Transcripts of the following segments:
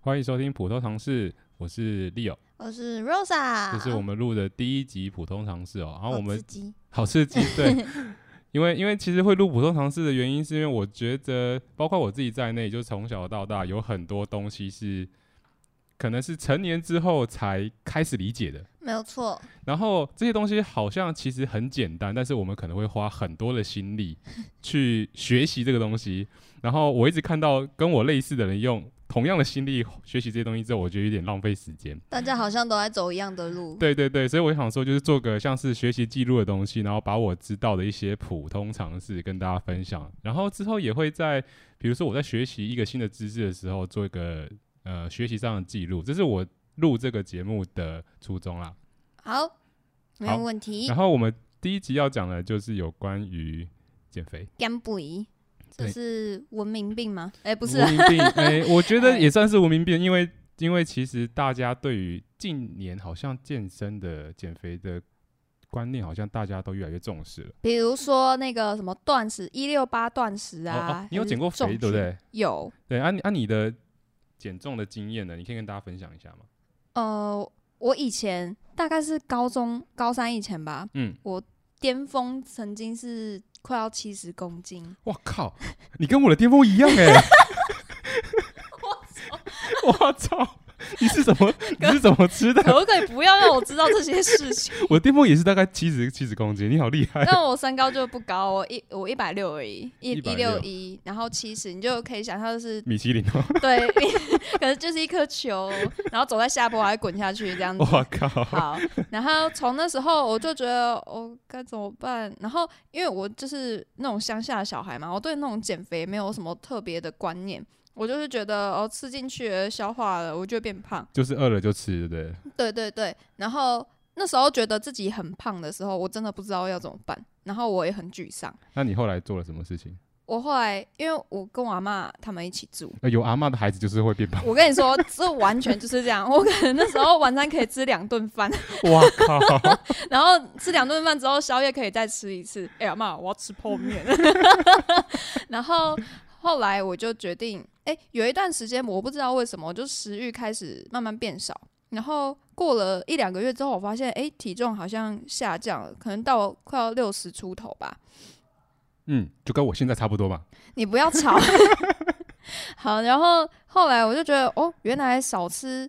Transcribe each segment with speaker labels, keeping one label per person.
Speaker 1: 欢迎收听普通常识，我是 Leo，
Speaker 2: 我是 Rosa，
Speaker 1: 这是我们录的第一集普通常识哦。然后我
Speaker 2: 好
Speaker 1: 们
Speaker 2: 刺激
Speaker 1: 好刺激，对，因为因为其实会录普通常识的原因，是因为我觉得包括我自己在内，就从小到大有很多东西是可能是成年之后才开始理解的。
Speaker 2: 没有错，
Speaker 1: 然后这些东西好像其实很简单，但是我们可能会花很多的心力去学习这个东西。然后我一直看到跟我类似的人用同样的心力学习这些东西之后，我觉得有点浪费时间。
Speaker 2: 大家好像都在走一样的路。
Speaker 1: 对对对，所以我想说，就是做个像是学习记录的东西，然后把我知道的一些普通常识跟大家分享。然后之后也会在，比如说我在学习一个新的知识的时候，做一个呃学习上的记录，这是我录这个节目的初衷啦。
Speaker 2: 好，没有问题
Speaker 1: 然。后我们第一集要讲的就是有关于减肥，
Speaker 2: 干不一，这
Speaker 1: 对
Speaker 2: 是文明病吗？哎，不是啊
Speaker 1: 文，明病。哎、我觉得
Speaker 2: 哎
Speaker 1: 也算是文明病，因为因为其实大家对于近年好像健身的减肥的观念，好像大家都越来越重视了。
Speaker 2: 比如说那个什么断食，一六八断食
Speaker 1: 哦
Speaker 2: 啊
Speaker 1: 哦，。你有
Speaker 2: 还是
Speaker 1: 减过
Speaker 2: 重
Speaker 1: 肥对不
Speaker 2: 训？
Speaker 1: 对？
Speaker 2: 有，
Speaker 1: 对，啊按、你按、你的减重的经验呢，你可以跟大家分享一下 吗？
Speaker 2: 呃，我以前大概是高中高三以前吧，
Speaker 1: 嗯，
Speaker 2: 巅峰曾经是快要七十 公斤，
Speaker 1: 我靠，你跟我的巅峰一样哎、 我操！你是怎么你是怎么吃的？
Speaker 2: 可不可以不要让我知道这些事情？
Speaker 1: 我巅峰也是大概七十七十公斤，你好厉害！
Speaker 2: 但我身高就不高，我一我一百六而已，哎一一六
Speaker 1: 160
Speaker 2: 一，然后七十，你就可以想象就是
Speaker 1: 米其林哦，
Speaker 2: 对， 可能就是一颗球，然后走在下坡还滚下去这样子。
Speaker 1: 我靠！
Speaker 2: 好，然后从那时候我就觉得我该、怎么办？然后因为我就是那种乡下的小孩嘛，我对那种减肥没有什么特别的观念，我就是觉得哦吃进去了消化了，我就会变胖。
Speaker 1: 就是饿了就吃，对不对？
Speaker 2: 对对对，然后那时候觉得自己很胖的时候，我真的不知道要怎么办，然后我也很沮丧。
Speaker 1: 那你后来做了什么事情？
Speaker 2: 我后来因为我跟我阿妈他们一起住，
Speaker 1: 呃、有阿嬷的孩子就是会变胖。
Speaker 2: 我跟你说， 这完全就是这样。我可能那时候晚餐可以吃两顿饭，
Speaker 1: 哇靠！
Speaker 2: 然后吃两顿饭之后宵夜可以再吃一次。哎呀妈，我要吃泡面。 然后后来我就决定，哎，有一段时间我不知道为什么，我就食欲开始慢慢变少。然后过了一两个月之后，我发现，哎，体重好像下降了，可能到快要六十出头吧。
Speaker 1: 嗯，就跟我现在差不多嘛。
Speaker 2: 你不要 吵。好，然后后来我就觉得，哦，原来少吃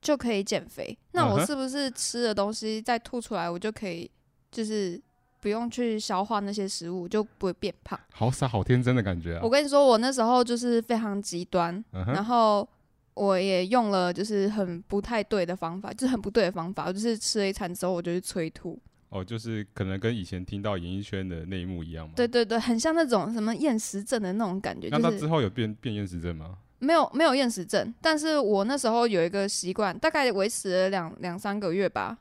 Speaker 2: 就可以减肥。那
Speaker 1: 嗯
Speaker 2: 我
Speaker 1: 哼
Speaker 2: 是不是吃的东西再吐出来，我就可以就是不用去消化那些食物，就不会变胖？
Speaker 1: 好傻，好天真的感觉啊
Speaker 2: 我。跟你说，我那时候就是非常极端，
Speaker 1: 嗯哼，
Speaker 2: 然后我也用了就是很不太对的方法，就是很不对的方法，我就是吃了一餐之后我就去催吐。
Speaker 1: 哦，就是可能跟以前听到演艺圈的那一幕一样嘛。
Speaker 2: 对。对对，很像那种什么厌食症的那种感觉，
Speaker 1: 那
Speaker 2: 就
Speaker 1: 他
Speaker 2: 是
Speaker 1: 之后有变变厌食症吗？
Speaker 2: 没有没有厌食症，但是我那时候有一个习惯，大概维持了两两三个月吧，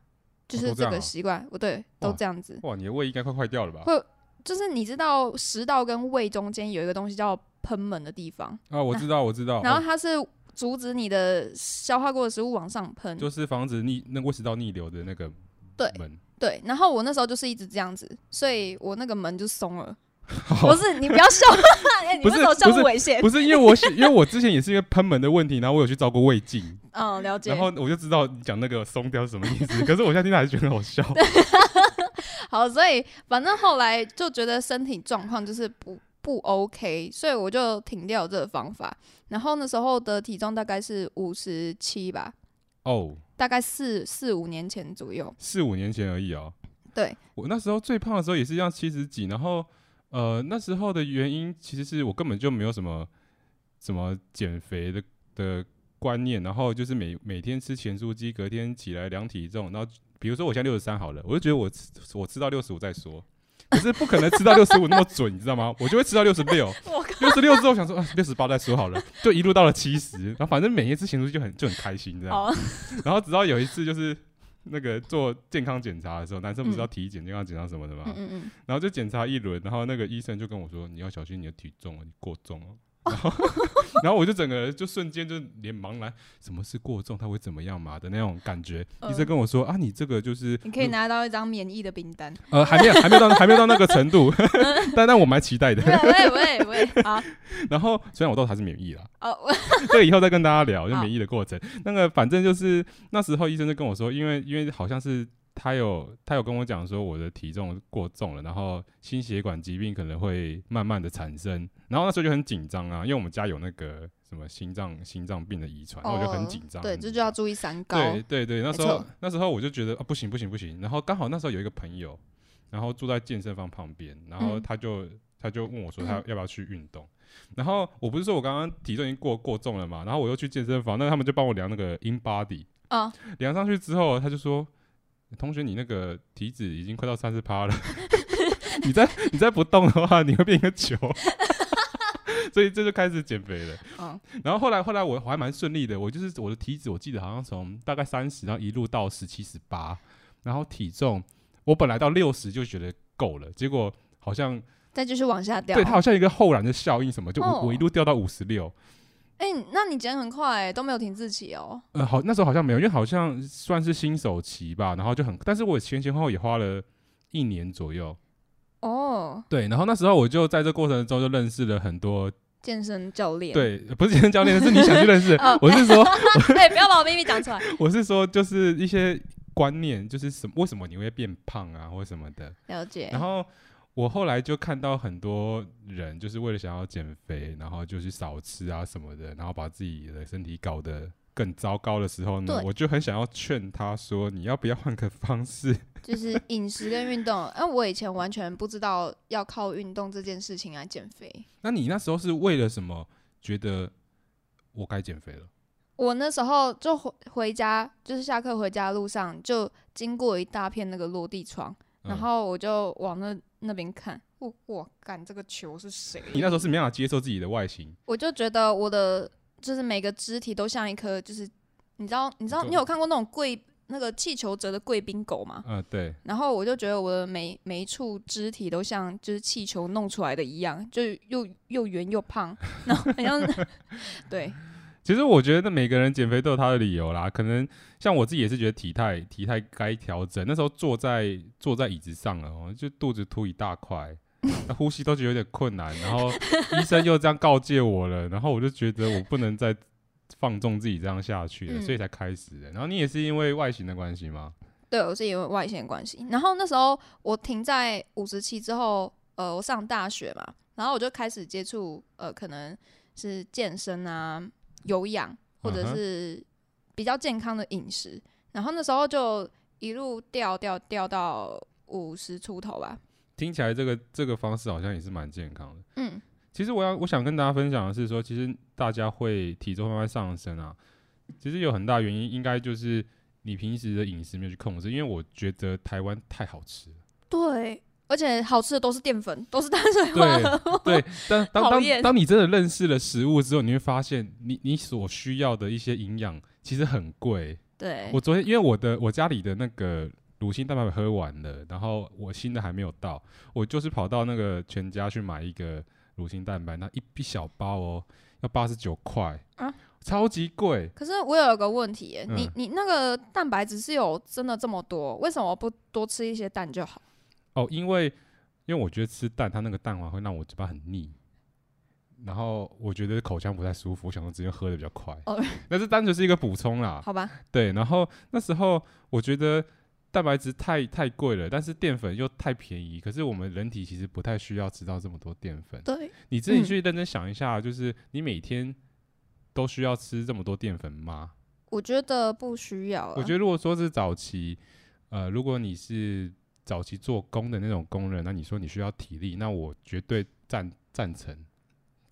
Speaker 2: 就
Speaker 1: 哦
Speaker 2: 是
Speaker 1: 都这
Speaker 2: 这
Speaker 1: 样
Speaker 2: 个
Speaker 1: 啊
Speaker 2: 习惯，我对都
Speaker 1: 哇
Speaker 2: 这样子。
Speaker 1: 哇，你的胃应该快坏掉了吧？
Speaker 2: 会就是你知道食道跟胃中间有一个东西叫喷门的地方，
Speaker 1: 啊，我知道，我知道。
Speaker 2: 然后
Speaker 1: 哦
Speaker 2: 它是阻止你的消化过的食物往上喷。
Speaker 1: 就是防止逆那胃食道逆流的那个
Speaker 2: 对
Speaker 1: 门。
Speaker 2: 对，然后我那时候就是一直这样子，所以我那个门就 松了。
Speaker 1: 好
Speaker 2: 不是你不要笑， 哎，你
Speaker 1: 不
Speaker 2: 为
Speaker 1: 是
Speaker 2: 什么笑
Speaker 1: 不是
Speaker 2: 危险？
Speaker 1: 不是因为我喜，因为我之前也是因为喷门的问题，然后我有去照过胃镜，
Speaker 2: 嗯，了解
Speaker 1: 然。后我就知道你讲那个松掉是什么意思。可是我现在听到还是觉得很好笑。
Speaker 2: 好，所以反正后来就觉得身体状况就是不不 OK，所以我就停掉这个方法。然后那时候的体重大概是五十七吧，
Speaker 1: 哦，
Speaker 2: 大概四四五年前左右。
Speaker 1: 四五年前而已哦。
Speaker 2: 对，
Speaker 1: 我那时候最胖的时候也是这样七十几，然后呃那时候的原因其实是我根本就没有什么什么减肥的的观念，然后就是每每天吃咸酥鸡，隔天起来量体重，然后比如说我现在六十三好了，我就觉得我吃我吃到六十五再说。可是不可能吃到六十五那么准，你知道吗？我就会吃到六十六，
Speaker 2: 我靠，
Speaker 1: 六十六之后想说啊，六十八再说好了，就一路到了七十，然后反正每一次咸酥鸡就很就很开心这样。
Speaker 2: 哦，
Speaker 1: 然后直到有一次就是那个做健康检查的时候，男生不
Speaker 2: 嗯
Speaker 1: 是要体检、健康检查什么的吗？
Speaker 2: 嗯嗯嗯，
Speaker 1: 然后就检查一轮，然后那个医生就跟我说：“你要小心你的体重哦，你过重哦。” 然后然后我就整个人就瞬间就连忙来，什么是过重，他会怎么样嘛的那种感觉。
Speaker 2: 嗯
Speaker 1: 医生跟我说啊，你这个就是
Speaker 2: 你可以拿到一张免疫的订单。
Speaker 1: 呃还没有还没有到还没有到那个程度， 但但我蛮期待的。
Speaker 2: 喂喂喂喂， 好，
Speaker 1: 然后虽然我到还是免疫啦，
Speaker 2: 哦，
Speaker 1: 这个以后再跟大家聊，就
Speaker 2: 好
Speaker 1: 免疫的过程。那个反正就是那时候医生就跟我说，因为因为好像是他有他有跟我讲说我的体重过重了，然后心血管疾病可能会慢慢的产生。然后那时候就很紧张啊，因为我们家有那个什么心脏心脏病的遗传，那哦我就很紧张。
Speaker 2: 哦对，
Speaker 1: 很
Speaker 2: 这
Speaker 1: 紧
Speaker 2: 就要
Speaker 1: 张
Speaker 2: 注意三高。
Speaker 1: 对对对，那时
Speaker 2: 没
Speaker 1: 候
Speaker 2: 错
Speaker 1: 那时候我就觉得啊不行不行不行，然后刚好那时候有一个朋友，然后住在健身房旁边，然后
Speaker 2: 嗯
Speaker 1: 他就、他就问我说他要不要去运动，然后我不是说我刚刚体重已经过过重了嘛，然后我又去健身房，那他们就帮我量那个 in body，
Speaker 2: 啊，
Speaker 1: 量上去之后他就说，同学你那个体脂已经快到三十趴了， 你再你再不动的话你会变一个球， 所以这就开始减肥了。
Speaker 2: 嗯，
Speaker 1: 然后后来后来我还蛮顺利的，我就是我的体脂，我记得好像从大概三十，然后一路到十七、十八，然后体重我本来到六十就觉得够了，结果好像
Speaker 2: 再继续往下掉。
Speaker 1: 对它好像一个后燃的效应什么，就我、
Speaker 2: 哦
Speaker 1: 我一路掉到五十六，
Speaker 2: 哎、那你减很快、欸都没有停滞期哦。
Speaker 1: 呃，好那时候好像没有，因为好像算是新手期吧，然后就很，但是我前前后后也花了一年左右，
Speaker 2: 哦，
Speaker 1: 对，然后那时候我就在这过程中就认识了很多，
Speaker 2: 健身教练。，，
Speaker 1: 对，不是健身教练，是你想去认识
Speaker 2: 哦
Speaker 1: 我是说
Speaker 2: 哎、不要把我秘密讲出来。
Speaker 1: 我是说，就是一些观念，就是什么为什么你会变胖啊，或什么的。
Speaker 2: 了解。
Speaker 1: 然后我后来就看到很多人就是为了想要减肥，然后就去少吃啊什么的，然后把自己的身体搞得更糟糕的时候呢，
Speaker 2: 对
Speaker 1: 我就很想要劝他说，你要不要换个方式？
Speaker 2: 就是饮食跟运动，哎、我以前完全不知道要靠运动这件事情来减肥。
Speaker 1: 那你那时候是为了什么觉得我该减肥了？
Speaker 2: 我那时候就回回家，就是下课回家路上就经过一大片那个落地窗，
Speaker 1: 嗯
Speaker 2: 然后我就往那那边看，我我干这个球是谁？
Speaker 1: 你那时候是没办法接受自己的外形，
Speaker 2: 我就觉得我的就是每个肢体都像一颗，就是你知道你知道
Speaker 1: 你说
Speaker 2: 你有看过那种贵那个气球折的贵宾狗吗？
Speaker 1: 嗯、对，
Speaker 2: 然后我就觉得我的每每一处肢体都像就是气球弄出来的一样，就是又又圆又胖，然后很像 对，
Speaker 1: 其实我觉得每个人减肥都有他的理由啦，可能像我自己也是觉得体态体态该调整。那时候坐在坐在椅子上了哦，就肚子凸一大块，那呼吸都觉得有点困难。然后医生又这样告诫我了，然后我就觉得我不能再放纵自己这样下去了，
Speaker 2: 嗯
Speaker 1: 所以才开始的。然后你也是因为外形的关系吗？
Speaker 2: 对我是因为外线关系。然后那时候我停在五十七之后，呃，我上大学嘛，然后我就开始接触呃，可能是健身啊、有氧，或者
Speaker 1: 嗯哼
Speaker 2: 是比较健康的饮食。然后那时候就一路掉掉掉到五十出头吧。
Speaker 1: 听起来这个这个方式好像也是蛮健康的。
Speaker 2: 嗯，
Speaker 1: 其实我要我想跟大家分享的是说，其实大家会体重慢慢上升啊，其实有很大原因应该就是你平时的饮食没有去控制，因为我觉得台湾太好吃 了。
Speaker 2: 对，而且好吃的都是淀粉，都是碳水化
Speaker 1: 对
Speaker 2: 合物。
Speaker 1: 对， 但当
Speaker 2: 讨
Speaker 1: 当
Speaker 2: 厌
Speaker 1: 当你真的认识了食物之后，你会发现你你所需要的一些营养其实很贵。
Speaker 2: 对
Speaker 1: 我昨天因为我的我家里的那个乳清蛋白粉喝完了，然后我新的还没有到，我就是跑到那个全家去买一个乳清蛋白，那一一小包哦，要八十九块
Speaker 2: 啊
Speaker 1: 超级贵。
Speaker 2: 可是我有一个问题耶，
Speaker 1: 嗯
Speaker 2: 你你那个蛋白质是有真的这么多？为什么不多吃一些蛋就好？
Speaker 1: 哦，因为因为我觉得吃蛋，它那个蛋黄会让我嘴巴很腻，然后我觉得口腔不太舒服，我想说直接喝的比较快。
Speaker 2: 哦
Speaker 1: 但是单纯是一个补充啦，
Speaker 2: 好吧，
Speaker 1: 对。然后那时候我觉得蛋白质太太贵了，但是淀粉又太便宜。可是我们人体其实不太需要吃到这么多淀粉。
Speaker 2: 对，
Speaker 1: 你自己
Speaker 2: 嗯
Speaker 1: 去认真想一下，就是你每天都需要吃这么多淀粉吗？
Speaker 2: 我觉得不需要啊。
Speaker 1: 我觉得如果说是早期，呃，如果你是早期做工的那种工人，那你说你需要体力，那我绝对赞赞成。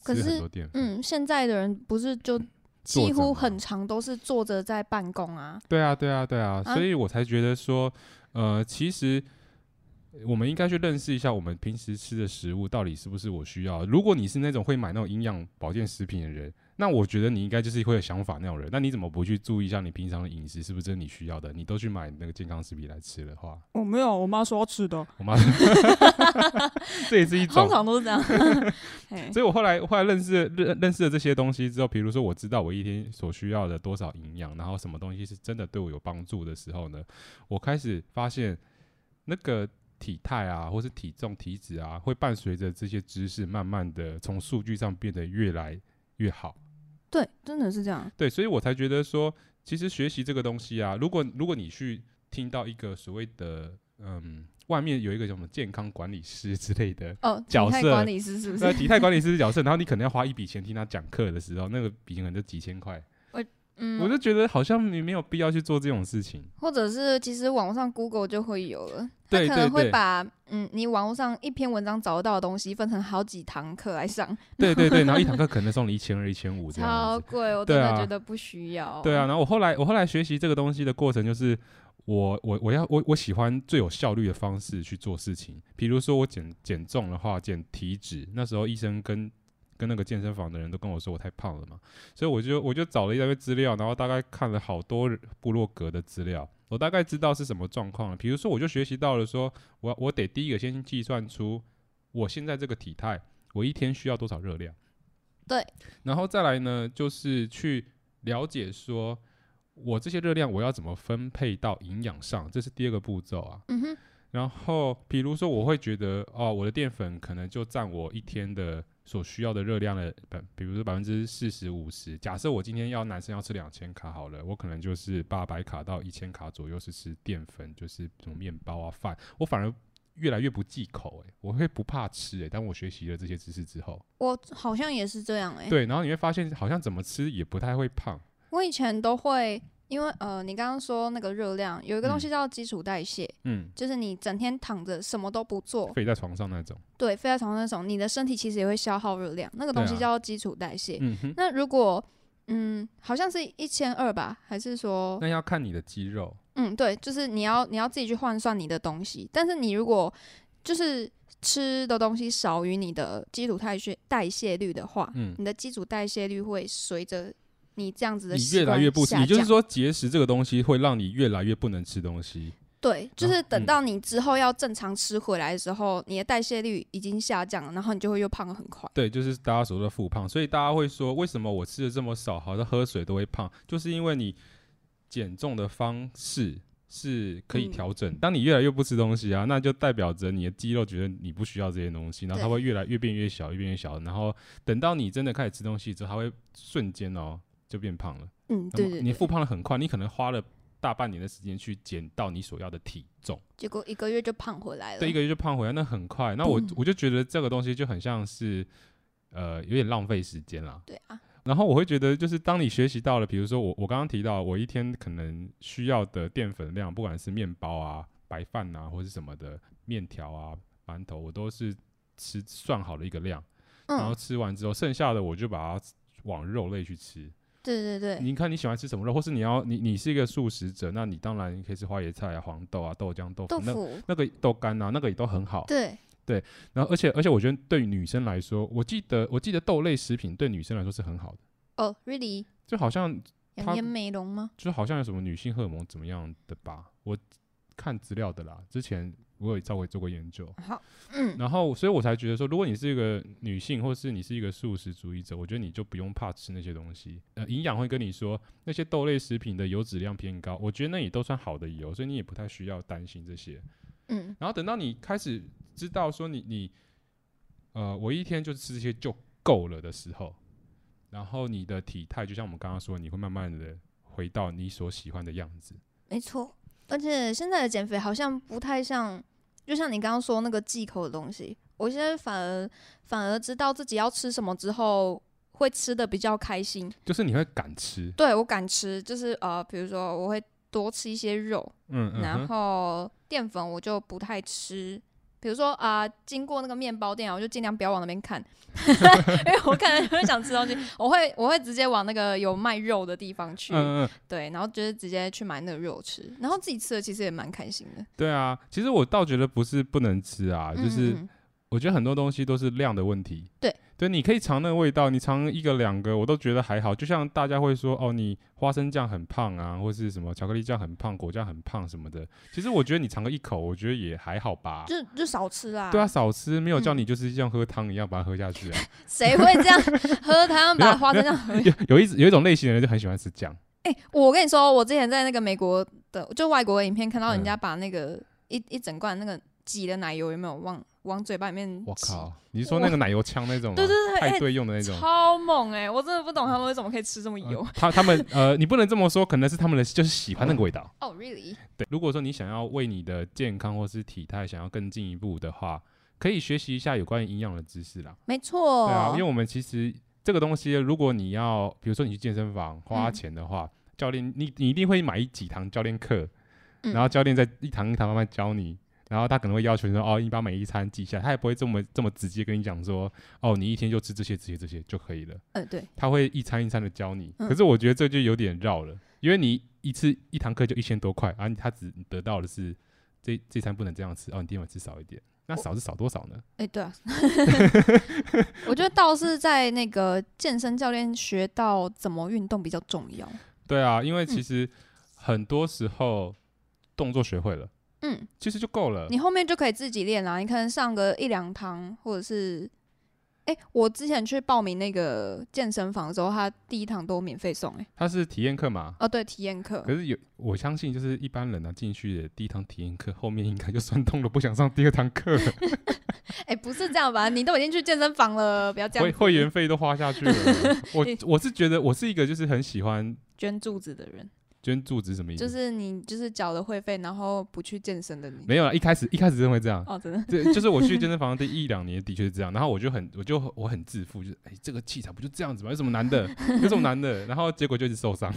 Speaker 2: 可
Speaker 1: 吃很
Speaker 2: 是
Speaker 1: 多淀粉，
Speaker 2: 嗯，现在的人不是就几
Speaker 1: 嗯着
Speaker 2: 乎
Speaker 1: 吗
Speaker 2: 很长都是坐着在办公啊？
Speaker 1: 对啊，对啊，对啊，
Speaker 2: 啊
Speaker 1: 所以我才觉得说，呃，其实我们应该去认识一下我们平时吃的食物到底是不是我需要的。如果你是那种会买那种营养保健食品的人，那我觉得你应该就是会有想法那种人，那你怎么不去注意一下你平常的饮食是不是真的你需要的？你都去买那个健康食品来吃的话，
Speaker 2: 我哦没有，我妈说要吃 的，
Speaker 1: 我妈 这也是一种
Speaker 2: 通。常都是 这样。嘿
Speaker 1: 所以我后来后来认识认认识了这些东西之后，比如说我知道我一天所需要的多少营养，然后什么东西是真的对我有帮助的时候呢，我开始发现那个体态啊，或是体重、体脂啊，会伴随着这些知识，慢慢的从数据上变得越来越好。
Speaker 2: 对，真的是这样。
Speaker 1: 对，所以我才觉得说，其实学习这个东西啊，如果如果你去听到一个所谓的嗯，外面有一个叫什么健康管理师之类的，
Speaker 2: 哦，
Speaker 1: 角
Speaker 2: 体态
Speaker 1: 色
Speaker 2: 管理师是不
Speaker 1: 那
Speaker 2: 是？
Speaker 1: 体态管理师的角色，然后你可能要花一笔钱听他讲课的时候，那个笔钱可能就几千块，我
Speaker 2: 嗯，
Speaker 1: 就觉得好像你没有必要去做这种事情。
Speaker 2: 或者是其实网上 Google 就会有了，它
Speaker 1: 对
Speaker 2: 可
Speaker 1: 对
Speaker 2: 能会
Speaker 1: 对
Speaker 2: 把嗯你网络上一篇文章找得到的东西分成好几堂课来上，
Speaker 1: 对对对，然后一堂课可能送你一千二、一千五这样
Speaker 2: 超
Speaker 1: 子。
Speaker 2: 贵，我
Speaker 1: 对
Speaker 2: 真的
Speaker 1: 啊
Speaker 2: 觉得不需要。
Speaker 1: 对啊，，然后我后来我后来学习这个东西的过程就是。我我我要我我喜欢最有效率的方式去做事情，比如说我减减重的话，减体脂，那时候医生跟跟那个健身房的人都跟我说我太胖了嘛，所以我就我就找了一大堆资料，然后大概看了好多人部落格的资料，我大概知道是什么状况了。比如说，我就学习到了说，我我得第一个先计算出我现在这个体态，我一天需要多少热量。
Speaker 2: 对，
Speaker 1: 然后再来呢，就是去了解说我这些热量我要怎么分配到营养上，这是第二个步骤啊。
Speaker 2: 嗯哼，
Speaker 1: 然后，比如说，我会觉得哦，我的淀粉可能就占我一天的所需要的热量的百，比如说百分之四十五十。假设我今天要男生要吃两千卡好了，我可能就是八百卡到一千卡左右是吃淀粉，就是什么面包啊、饭。我反而越来越不忌口、欸，我会不怕吃、欸，当我学习了这些知识之后，
Speaker 2: 我好像也是这样哎、
Speaker 1: 对，然后你会发现好像怎么吃也不太会胖。
Speaker 2: 我以前都会，因为呃，你刚刚说那个热量有一
Speaker 1: 嗯
Speaker 2: 个东西叫基础代谢，
Speaker 1: 嗯，
Speaker 2: 就是你整天躺着什么都不做，
Speaker 1: 废在床上那种。
Speaker 2: 对，飞在床上那种，你的身体其实也会消耗热量，那个东
Speaker 1: 对
Speaker 2: 西
Speaker 1: 啊
Speaker 2: 叫基础代谢。
Speaker 1: 嗯哼，
Speaker 2: 那如果嗯，好像是一千二吧，还是说
Speaker 1: 那要看你的肌肉。
Speaker 2: 嗯，对，就是你要你要自己去换算你的东西，但是你如果就是吃的东西少于你的基础代谢代谢率的话，
Speaker 1: 嗯。
Speaker 2: 你的基础代谢率会随着你这样子的
Speaker 1: 你
Speaker 2: 习
Speaker 1: 越来
Speaker 2: 惯
Speaker 1: 越不吃，
Speaker 2: 下
Speaker 1: 也就是
Speaker 2: 降
Speaker 1: 说节食这个东西会让你越来越不能吃东西。
Speaker 2: 对，就
Speaker 1: 然
Speaker 2: 是
Speaker 1: 后嗯
Speaker 2: 等到你之后要正常吃回来的时候，你的代谢率已经下降了，然后你就会又胖得很快。
Speaker 1: 对，就是大家所说的复胖。所以大家会说，为什么我吃的这么少，好像喝水都会胖？就是因为你减重的方式是可以
Speaker 2: 嗯
Speaker 1: 调整。当你越来越不吃东西啊，那就代表着你的肌肉觉得你不需要这些东西，然后它
Speaker 2: 对
Speaker 1: 会越来越变越小，越变越小。然后等到你真的开始吃东西之后，它会瞬间哦就变胖了。那
Speaker 2: 嗯，
Speaker 1: 么
Speaker 2: 对对
Speaker 1: 你
Speaker 2: 对。
Speaker 1: 复胖的很快，你可能花了大半年的时间去减到你所要的体重。
Speaker 2: 结果一个月就胖回来了。
Speaker 1: 对，一个月就胖回来，那很快。那我、
Speaker 2: 嗯
Speaker 1: 我就觉得这个东西就很像是，呃，有点浪费时间啦。
Speaker 2: 对啊，
Speaker 1: 然后我会觉得，就是当你学习到了，比如说我我刚刚提到，我一天可能需要的淀粉量，不管是面包啊、白饭啊，或是什么的面条啊、馒头，我都是吃算好的一个量，然后
Speaker 2: 嗯，
Speaker 1: 吃完之后，剩下的我就把它往肉类去吃。
Speaker 2: 对对对，
Speaker 1: 你看你喜欢吃什么肉，或是你要你你是一个素食者，那你当然你可以吃花椰菜啊、黄豆啊、豆浆、豆腐，
Speaker 2: 豆
Speaker 1: 那
Speaker 2: 腐，
Speaker 1: 那个豆干啊，那个也都很好。
Speaker 2: 对，
Speaker 1: 然后，而且而且，我觉得对于女生来说，我记得我记得豆类食品对女生来说是很好的，
Speaker 2: 哦，really，
Speaker 1: 就好像它
Speaker 2: 养颜美容吗？
Speaker 1: 就好像有什么女性荷尔蒙怎么样的吧，我看资料的啦，之前我有稍微做过研究，
Speaker 2: 好，嗯，
Speaker 1: 然后所以我才觉得说，如果你是一个女性，或是你是一个素食主义者，我觉得你就不用怕吃那些东西，呃，营养会跟你说那些豆类食品的油脂量偏高，我觉得那也都算好的油，所以你也不太需要担心这些。
Speaker 2: 嗯，
Speaker 1: 然后等到你开始知道说你你，呃，我一天就吃这些就够了的时候，然后你的体态就像我们刚刚说，你会慢慢的回到你所喜欢的样子。
Speaker 2: 没错。而且现在的减肥好像不太像，就像你刚刚说那个忌口的东西，我现在反而反而知道自己要吃什么之后。会吃的比较开心，
Speaker 1: 就是你会敢吃，
Speaker 2: 对我敢吃，就是呃，比如说我会多吃一些肉，
Speaker 1: 嗯嗯哼，
Speaker 2: 然后淀粉我就不太吃。比如说啊、经过那个面包店啊，我就尽量不要往那边看， 因为我可能会想吃东西，我会我会直接往那个有卖肉的地方去，
Speaker 1: 嗯嗯，
Speaker 2: 对，然后就是直接去买那个肉吃，然后自己吃的其实也蛮开心的，
Speaker 1: 对啊。其实我倒觉得不是不能吃啊，就是
Speaker 2: 嗯嗯
Speaker 1: 我觉得很多东西都是量的问题。
Speaker 2: 对
Speaker 1: 对，你可以尝那个味道，你尝一个两个，我都觉得还好。就像大家会说，哦，你花生酱很胖啊，或是什么巧克力酱很胖，果酱很胖什么的。其实我觉得你尝个一口，我觉得也还好吧。
Speaker 2: 就就少吃啦。
Speaker 1: 对啊，，少吃，没有叫
Speaker 2: 嗯
Speaker 1: 你就是像喝汤一样把它喝下去啊。
Speaker 2: 谁会这样 喝汤
Speaker 1: 没有
Speaker 2: 把花生酱喝？
Speaker 1: 有有一有一种类型的人就很喜欢吃酱，
Speaker 2: 哎、我跟你说，我之前在那个美国的就外国的影片看到人
Speaker 1: 嗯
Speaker 2: 家把那个、一一整罐那个挤的奶油有没有往往嘴巴里面？
Speaker 1: 我！靠！你是说那个奶油枪那种吗？
Speaker 2: 对对对，哎、
Speaker 1: 派对用的那种。
Speaker 2: 超猛哎、我真的不懂他们为什么可以吃这么油。
Speaker 1: 呃他他们呃，你不能这么说，可能是他们的就是喜欢那个味道。
Speaker 2: 哦、r e a l l y
Speaker 1: 对，如果说你想要为你的健康或是体态想要更进一步的话，可以学习一下有关于营养的知识啦。
Speaker 2: 没错。嗯
Speaker 1: 对啊，因为我们其实这个东西，如果你要比如说你去健身房花钱的话，教练你你一定会买几堂教练课，
Speaker 2: 嗯
Speaker 1: 然后教练在一堂一堂慢慢教你。然后他可能会要求你说哦，你把每一餐记下来，他也不会这么这么直接跟你讲说哦，你一天就吃这些这些这些就可以了。
Speaker 2: 嗯、对，
Speaker 1: 他会一餐一餐的教你。
Speaker 2: 嗯
Speaker 1: 可是我觉得这就有点绕了，因为你一次一堂课就一千多块，啊，他只得到的是这这餐不能这样吃，哦，你今晚吃少一点。那少是少多少呢？
Speaker 2: 哎、 对啊，我觉得倒是在那个健身教练学到怎么运动比较重要。
Speaker 1: 对啊，因为
Speaker 2: 嗯
Speaker 1: 其实很多时候动作学会了，
Speaker 2: 嗯，
Speaker 1: 其实就够了。
Speaker 2: 你后面就可以自己练啦。你可能上个一两堂，或者是，哎、我之前去报名那个健身房的时候，他第一堂都免费送、哎，
Speaker 1: 它是体验课嘛，
Speaker 2: 哦，对，体验课
Speaker 1: 可，是有我相信就是一般人啊，进去的第一堂体验课，后面应该就酸痛了，不想上第二堂 课了，
Speaker 2: 哎、不是这样吧？你都已经去健身房了，不要这样
Speaker 1: 会
Speaker 2: 子
Speaker 1: 会员费都花下 去了。我我是觉得我是一个就是很喜欢
Speaker 2: 捐柱子的人，
Speaker 1: 捐助值什么意思？
Speaker 2: 就是你就是缴了会费，然后不去健身的你。
Speaker 1: 没有啦，一开始一开始真的会这样，
Speaker 2: 哦，真的，
Speaker 1: 对，就是我去健身房的第一两年的确是这样，然后我就很，我就我很自负，就是哎、这个器材不就这样子吗？有什么难的？有什么难的？然后结果就一直受伤，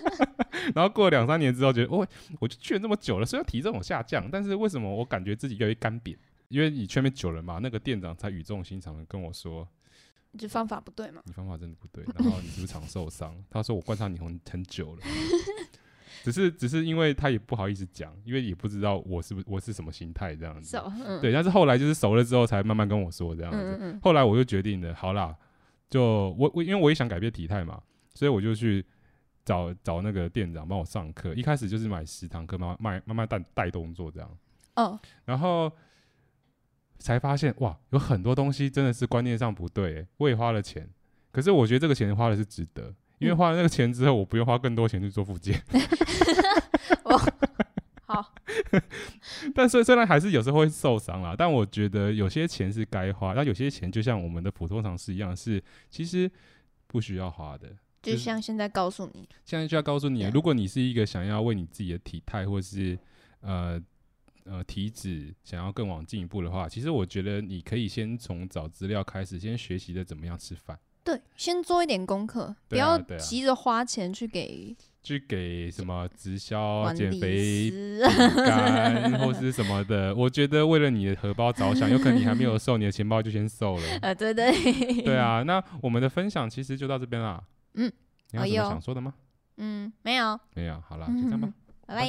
Speaker 1: 然后过了两三年之后，觉得哦，我就去了这么久了，虽然体重有下降，但是为什么我感觉自己越来越干瘪？因为你去那边久了嘛，那个店长才语重心长的跟我说，
Speaker 2: 就方法不对嘛。
Speaker 1: 你方法真的不对，然后你是不是常受伤？他说我观察你很很久了。 只是只是因为他也不好意思讲，因为也不知道我是不我是什么心态这样子。
Speaker 2: 是哦，嗯，
Speaker 1: 对，但是后来就是熟了之后才慢慢跟我说这样
Speaker 2: 嗯，
Speaker 1: 子。
Speaker 2: 嗯嗯
Speaker 1: 后来我就决定了，好啦，就我我因为我也想改变体态嘛，所以我就去找找那个店长帮我上课。一开始就是买十堂课，慢慢慢慢慢带带动作这样，
Speaker 2: 嗯，哦，
Speaker 1: 然后才发现哇，有很多东西真的是观念上不对欸、我也花了钱，可是我觉得这个钱花的是值得。因为
Speaker 2: 嗯
Speaker 1: 花了那个钱之后，我不用花更多钱去做复健，
Speaker 2: 哦好，
Speaker 1: 但虽虽然还是有时候会受伤啦，但我觉得有些钱是该花，但有些钱就像我们的普通常识一样，是其实不需要花的。就
Speaker 2: 就
Speaker 1: 是
Speaker 2: 像现在告诉你，
Speaker 1: 现在就要告诉你，啊
Speaker 2: 对啊
Speaker 1: 如果你是一个想要为你自己的体态或是呃呃体脂想要更往进一步的话，其实我觉得你可以先从找资料开始，先学习的怎么样吃饭，
Speaker 2: 对，先做一点功课，不
Speaker 1: 对啊
Speaker 2: 要
Speaker 1: 对啊
Speaker 2: 急着花钱去给
Speaker 1: 去给什么直销、
Speaker 2: 管
Speaker 1: 减
Speaker 2: 理
Speaker 1: 肥
Speaker 2: 师。
Speaker 1: 干或是什么的。我觉得为了你的荷包着想，有可能你还没有瘦，你的钱包就先瘦了。
Speaker 2: 呃，对对，
Speaker 1: 对啊，那我们的分享其实就到这边啦。
Speaker 2: 嗯，
Speaker 1: 你有
Speaker 2: 哎
Speaker 1: 什么
Speaker 2: 呦
Speaker 1: 想说的吗？
Speaker 2: 嗯，没有，嗯
Speaker 1: 没有，好啦，就这样吧。
Speaker 2: 拜拜。